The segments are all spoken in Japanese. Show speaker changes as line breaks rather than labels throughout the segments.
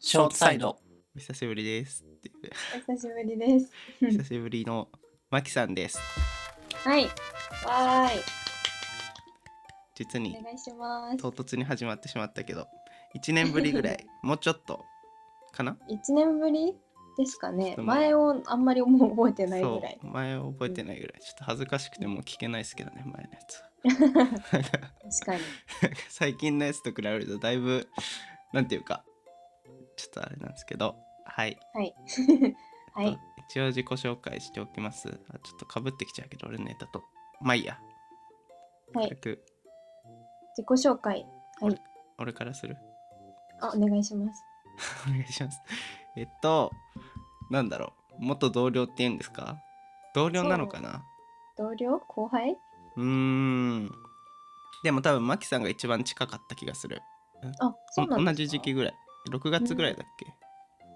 ショートサイド。
お久しぶりですっていう
お久しぶりです。
久しぶりのマキさんです
はい。わーい。
実に
お願いします。
唐突に始まってしまったけど1年ぶりぐら いもうちょっとかな
一年ぶりですかね。
ちょっと前
前をあんまりもう覚えてない
そ
ぐ
う
らい。
前は覚えてないぐらいちょっと恥ずかしくてもう聞けないですけどね前のやつは
確 かに。
最近のやつと比べるとだいぶなんていうかちょっとあれなんですけどはい
はい。はい。
一応自己紹介しておきます。あちょっとかぶってきちゃうけど、俺のネタと。まあいいや。
はい
軽く
自己紹介。
俺からする。
あ、お願いします。
お願いします。えっと、なんだろう。元同僚って言うんですか同僚なのかな
同僚後輩
うーん。でも多分、マキさんが一番近かった気がする。
あ、そうなんですか
同じ時期
い
ぐらい。6月ぐらいだっけ、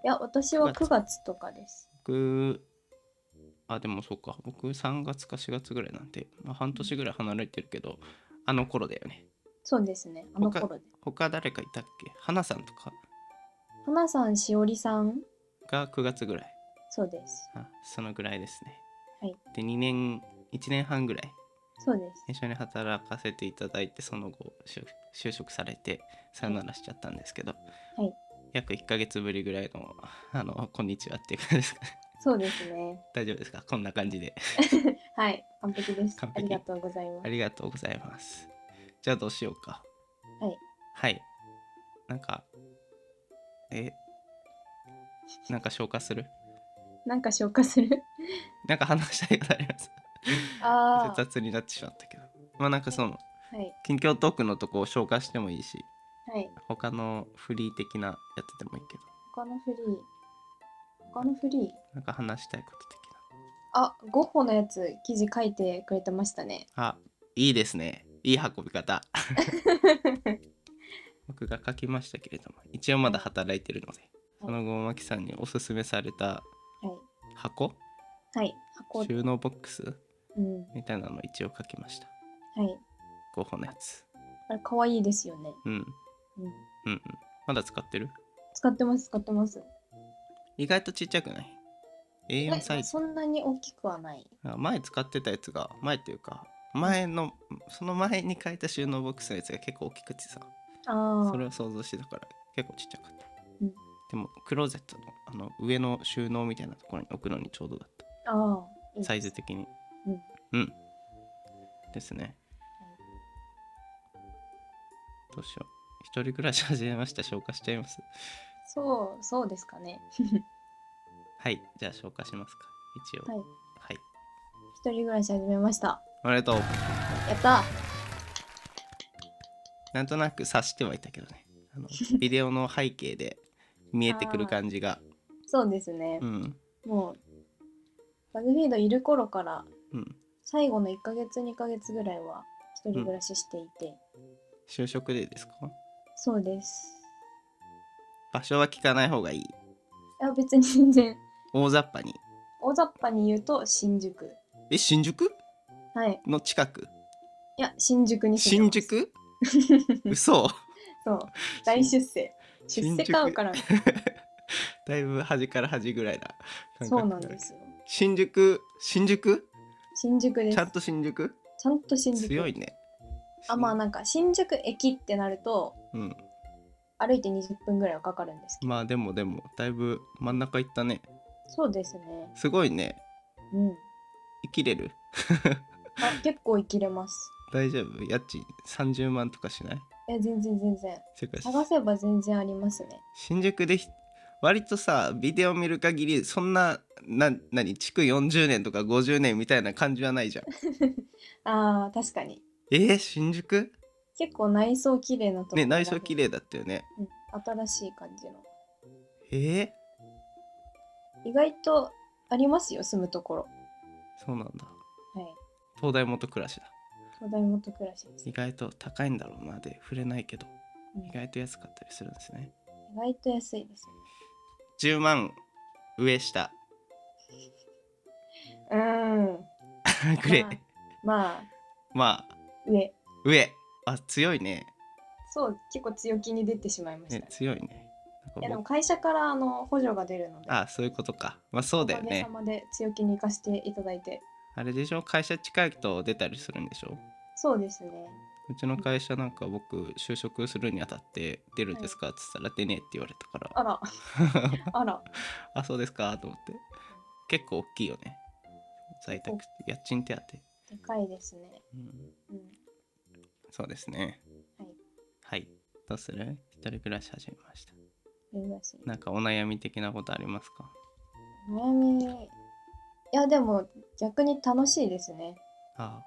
や、私は
九
9月とかです。
僕、あ、でもそうか。僕3月か4月ぐらいなんで、まあ、半年ぐらい離れてるけど、あの頃だよね。
そうですね。あの
他
頃で。
他誰かいたっけ花さんとか
花さん、しおりさん。
が9月ぐらい
そうです。
あそのぐらいですね
はい
で2年1年半ぐらい
そうです。
一緒に働かせていただいてその後就就職されてさよならしちゃったんですけど、
はい
約1ヶ月ぶりぐらいの「あのこんにちは」っていう感じですかね
そうですね。
大丈夫ですかこんな感じで
はい。完璧です。
完
あり
璧
がとうございま
あ
す。
りがとうございますじゃあどうしようか
はい
はいなんかえなんか消化する
なんか消化する
なんか話したいことあります
ああ。
雑になってしまったけどまあなんかその
はい。
近況トークのとこを消化してもいいし
はい。
他のフリー的なやつでもいいけど
他のフリー。他のフリー。
なんか話したいこと的
あ、ゴッホのやつ記事書いてくれてましたね。
なあいいですねいい運び方僕が書きましたけれども一応まだ働いてるのでその後マキさんにおすすめされた
はい。
箱
はい。箱。
収納ボックス
うん。は
みたいなのを一応書きました
い。
5本のやつ
あれ可愛いですよね。
うん
うん。
うんうんまだ使ってる
使ってます。使ってます。
意外とちっちゃくない
え
A4 サイズ
そんなに大きくはない。
あ前使ってたやつが前っていうか前のその前に買えた収納ボックスのやつが結構大きくてさ
あ
それ
あ。
を想像してたから結構ちっちゃかった、
うん
でもクローゼットのあの上の収納みたいなところに置くのにちょうどだっ
ああ。いい
た
です
サイズ。的に
うん
うんですねどうしよう一人暮らし始めました消化しちゃいます
そう、そうですかね。
はいじゃあ消化しますか一応
はい
はい、
一人暮らし始めました。
おめでとう
やった
なんとなく察してはいたけどねあのビデオの背景で見えてくる感じが
そうですね
う。ん
もう、バズフィードいる頃から、
うん
最後の1ヶ月、2ヶ月ぐらいは一人暮らししていて、
就職でですか
そうです。
場所は聞かない方がいい
いや、別に全然、
大雑把に
大雑把に言うと新宿。
え新宿
はい。
の近く
いや、新宿に住ん
新
でます
宿嘘
そう。大出世。出
新
世
宿
買うから。
だいぶ端から端ぐらいな感覚
そうなんですよ。
新宿新宿
新宿です。
ち
ち
ゃ
ゃ
んと新宿
んと新宿。
強いね
あ、まあなんか、新宿駅ってなると、
うん
歩いて20分ぐらいはかかるんですけど。
まあでもでもだいぶ真ん中行ったね
そうですね。
すごいね
うん。
生きれる
あ、結構生きれます。
大丈夫家賃30万とかしない
え、全然全然。
てか
探せば全然ありますね。
新宿でひ割とさビデオ見る限りそんなな何築40年とか50年みたいな感じはない じゃん
ああ、確かに。
えー、新宿
結構内装綺麗なとこ
ね内装綺
麗、
麗だったよね
うん。新しい感じの。
えー、
意外とありますよ、住むところ。
そうなんだ
はい。
東大元暮らしだ
東大元暮らしです。
意外と高いんだろうなで触れないけど
うん
意外と安かったりするんですね
意外と安いです
10万上下
ね。うーん。
くれ、
まあまあ、
まあ
上。
上あ強いね
そう、結構強気に出てしまいました
ね
ね。
強いね
いやでも会社からあの補助が出るので、
あそういうことかまあそうだよね
おかげさまで強気に生かしていただいて、
あれでしょ会社近いと出たりするんでしょ
そうですね。
うちの会社なんか僕就職するにあたって出るんですかって言ったら出ねえって言われたから
あら、あら、
あそうですかと思って結構大きいよね在宅家賃手当、
でかいですね。
うん、
うん、
そうですね
はい
はいどうする一人暮らし始めました
いいらしい。
なんかお悩み的なことありますか
悩み、いやでも逆に楽しいですね。
あ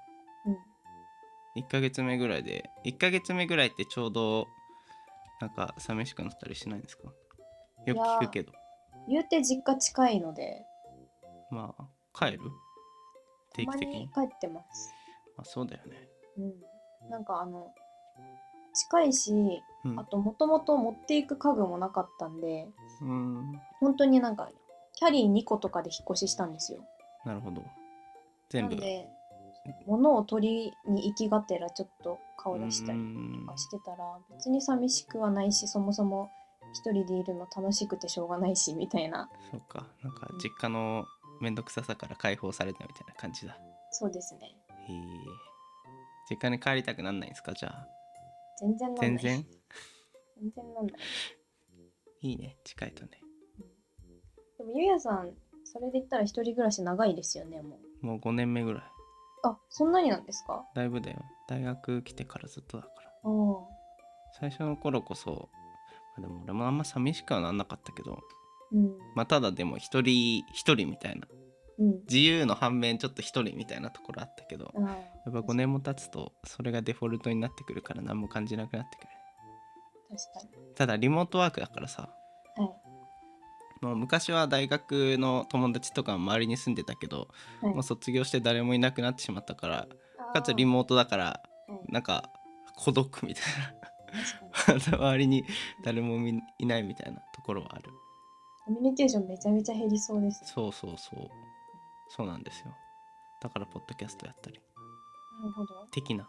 うん、
1ヶ月目ぐらいで1ヶ月目ぐらいってちょうどなんか寂しくなったりしないんですかよく聞くけど
言うて実家近いので、
まあ帰る
た
定
ま
期的
に
に
帰ってます。
まあそうだよね
うん、なんかあの近いし、
うん
あともともと持っていく家具もなかったんで、
うん
本当になんかキャリー2個とかで引っ越ししたんですよ。
なるほど全部
なんで物を取りに行きがてらちょっと顔出したり
うん
とかしてたら別に寂しくはないしそもそも一人でいるの楽しくてしょうがないしみたいな
そうかなんか実家の面倒くささから解放されたみたいな感じだ
そうですね
へえ実家に帰りたくなんないんですかじゃあ
全然なんない
全然
全然なんない
いいね近いとね
でもゆうやさんそれで言ったら一人暮らし長いですよねもう
もう5年目ぐらい
あそんなになんですか
だいぶだよ大学来てからずっとだから
ああ
最初の頃こそ、まあ、でも俺もあんま寂しくはなんなかったけど、
うん
まあ、ただでも一人一人みたいな
うん
自由の反面ちょっと一人みたいなところあったけど
ああ
やっぱ5年も経つとそれがデフォルトになってくるから何も感じなくなってく
確か
るただリモートワークだからさ
にはい
もう昔は大学の友達とか周りに住んでたけど、
はい
もう卒業して誰もいなくなってしまったから
ああ
かつリモートだから
はい
なんか孤独みたい
確かに
な 周りに誰もみいないみたいなところはある
コミュニケーションめちゃめちゃ減りそうです
そうそうそうそうなんですよだからポッドキャストやったり
なるほど
的な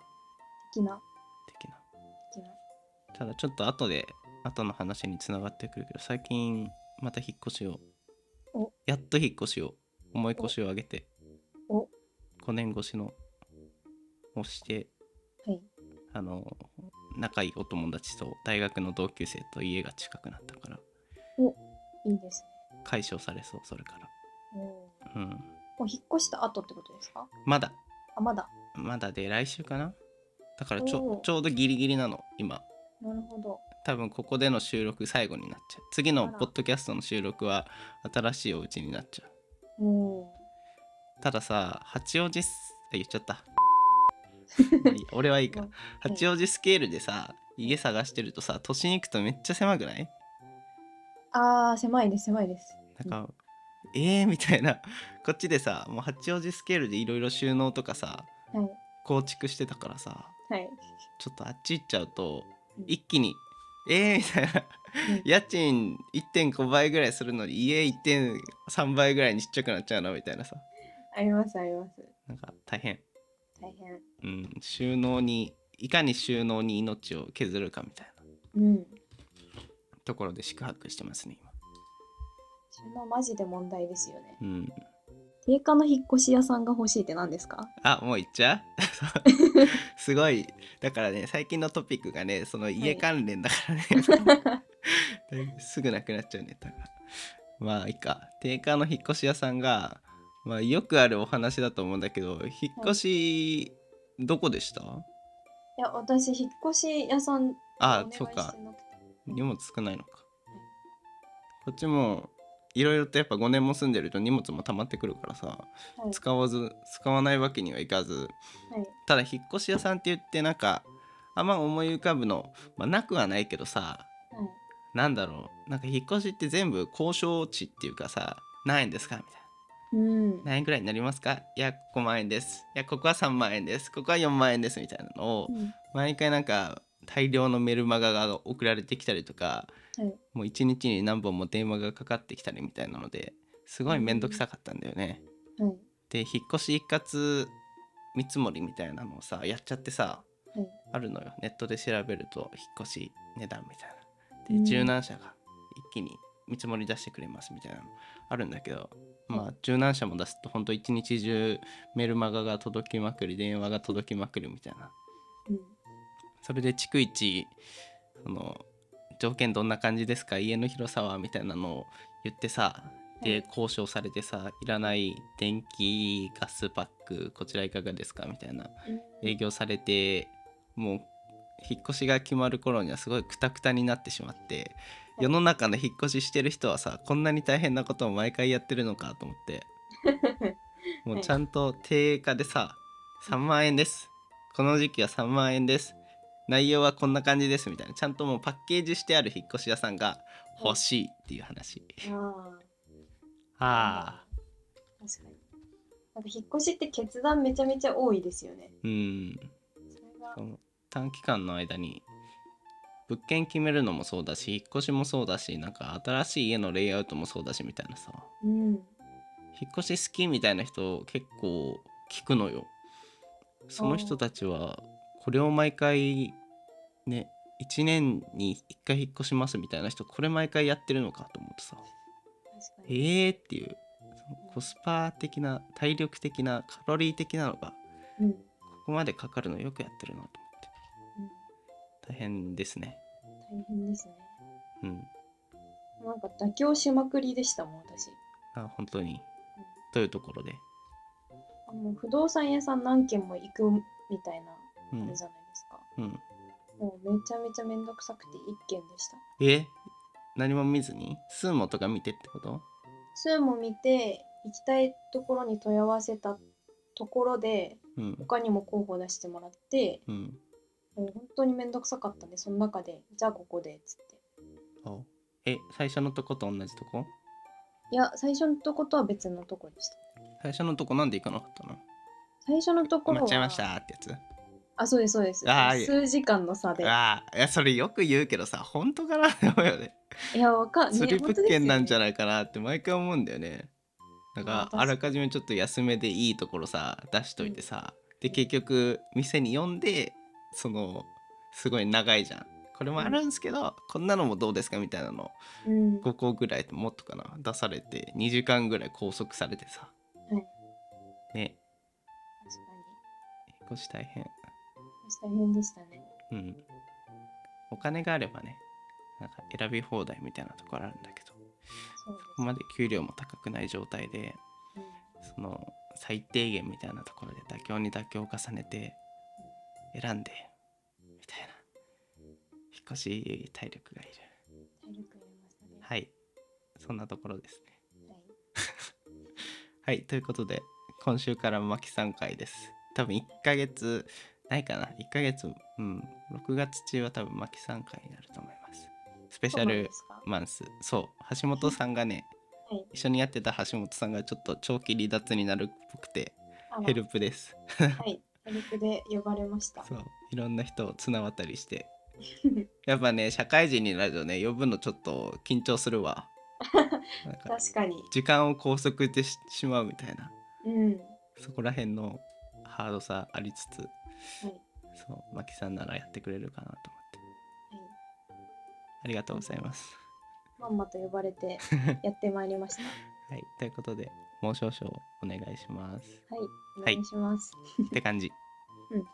的な
的な
的な
ただちょっと後で後の話に繋がってくるけど最近また引っ越しを
お
やっと引っ越しを重い腰を上げて
お
5年越しのをして
はい
あの仲いいお友達と大学の同級生と家が近くなったから
いいです
解消されそうそれから
ねうん
うん
もう引っ越した後ってことですか
まだ
あ、まだ。
まだで来週かなだからちょ
おー
ちょうどギリギリなの今
なるほど。
多分ここでの収録最後になっちゃう次の
あら
ポッドキャストの収録は新しいお家になっちゃう
うん。
たださ八王子すあ言っちゃった まあいい俺はいいか
まあ
八王子スケールでさ家探してるとさ都心行くとめっちゃ狭くない
あー、狭いです、狭いです。
なんか、えーみたいなこっちでさもう八王子スケールでいろいろ収納とかさ
はい。
構築してたからさ
はい。
ちょっとあっち行っちゃうと
うん
一気に「えー」みたいな
うん
家賃1.5倍ぐらいするのに家1.3倍ぐらいにちっちゃくなっちゃうのみたいなさ
あります、あります。
なんか大変、
大変。
うん、収納にいかに収納に命を削るかみたいな
うん。
ところで宿泊してますね今
そのマジで問題ですよね。
うん
定価の引っ越し屋さんが欲しいって何ですか
あもう 行っちゃうすごいだからね最近のトピックがねその家関連だからね、だいぶ すぐなくなっちゃうネタがまあいいか定価の引っ越し屋さんがまあよくあるお話だと思うんだけど引っ越し、どこでした
いや、私、引っ越し屋さん
あ
お願い
そうか
してなくて
荷物少ないのかこっちもいろいろとやっぱ5年も住んでると荷物も溜まってくるからさ
はい。
使わず使わないわけにはいかず
はい。
ただ引っ越し屋さんって言ってなんかあんま思い浮かぶの、まあ、なくはないけどさ
はい。
なんだろうなんか引っ越しって全部交渉値っていうかさ何円ですかみたいな
うん。
何円ぐらいになりますかいやここ万円ですいやここは3万円ですここは4万円ですみたいなのを
うん
毎回なんか大量のメルマガが送られてきたりとか
はい。
もう1日に何本も電話がかかってきたりみたいなのですごい面倒くさかったんだよね。
はい。
で引っ越し一括見積もりみたいなのをさやっちゃってさ
はい。
あるのよネットで調べると引っ越し値段みたいな。
う
で
ん
柔軟者が一きに見積もり出してくれますみたいなのあるんだけどまあ柔軟者も出すと本当一日中メルマガが届きまくり電話が届きまくるみたいな
うん
それで逐一その条件どんな感じですか家の広さはみたいなのを言ってさ
は
で
い
交渉されてさいらない電気ガスパックこちらいかがですかみたいな営業されてもう引っ越しが決まる頃にはすごいクタクタになってしまって
はい
世の中の引っ越ししてる人はさこんなに大変なことを毎回やってるのかと思ってもう
はい
ちゃんと定価でさ3万円ですこの時期は3万円です内容はこんな感じですみたいなちゃんともうパッケージしてある引っ越し屋さんが欲しいっていう話、
あ
ああ
あ確かになんか引っ越しって決断めちゃめちゃ多いですよね
うん
それが
その短期間の間に物件決めるのもそうだし引っ越しもそうだしなんか新しい家のレイアウトもそうだしみたいなさ
うん
引っ越し好きみたいな人結構聞くのよその人たちはこれを毎回ね1年に1回引っ越しますみたいな人これ毎回やってるのかと思ってさ
確かに
えーっていうそのコスパ的な体力的なカロリー的なのが
うん、うん、
ここまでかかるのよくやってるなと思って大変ですね
大変ですね
うん
なんか妥協しまくりでしたもん私
あ本当にというところで、
あもう不動産屋さん何軒も行くみたいな
う
あ
ん
れじゃないですか、
うん、
もうめちゃめちゃめんどくさくて一軒でした
え何も見ずにスーモとか見てってこと
数も見て行きたいところに問い合わせたところで
うん
他にも候補出してもらって
うん
もう本当にめんどくさかったんでその中でじゃあここでっつって
あえ最初のとこと同じとこ
いや最初のとことは別のとこでした
最初のとこなんで行かなかったの
最初のところ
困
は
っちゃいましたってやつ
あそうですそうです
あーいえ
数時間の差で
ああいやそれよく言うけどさ本当かなって思うよね
いやわかん
釣り物件なんじゃ
ない
ないかなって毎回思うんだよねなん
まあ
か
確かに
あらかじめちょっと安めでいいところさ出しといてさ、で結局店に呼んでそのすごい長いじゃんこれもあるんですけど、こんなのもどうですかみたいなの
本当ですよね
5個ぐらいもっとかな出されて2時間ぐらい拘束されて
は
さ、
い
ね
うん確かに
引っ越し大変
大変でしたね
うんお金があればねなんか選び放題みたいなところあるんだけど
そう
ここまで給料も高くない状態で
です、
その最低限みたいなところで妥協に妥協を重ねて選んでみたいな引っ越し体力がいる
うん、体力いりますね
はいそんなところですね
はい
はいということで今週から巻さん回です多分1ヶ月ないかな1ヶ月うん6月中は多分巻さん回になると思いますスペシ
そう
ャ
なんで
ル
すか
マンスそう橋本さんがね
はい
一緒にやってた橋本さんがちょっと長期離脱になるっぽくて
あ
ヘルプです
はいヘルプで呼ばれました
そういろんな人を綱渡りして やっぱね社会人になるとね呼ぶのちょっと緊張す るわなんか
確かに
時間を拘束してししまうみたいな
うんは
そこら辺のハードさありつつ
い、はい、
そうマキさんならやってくれるかなと思ってありがとうございます
まんまと呼ばれてやってまいりました
はいということでもう少々お願いします
はいお願いします、
って感じ
うん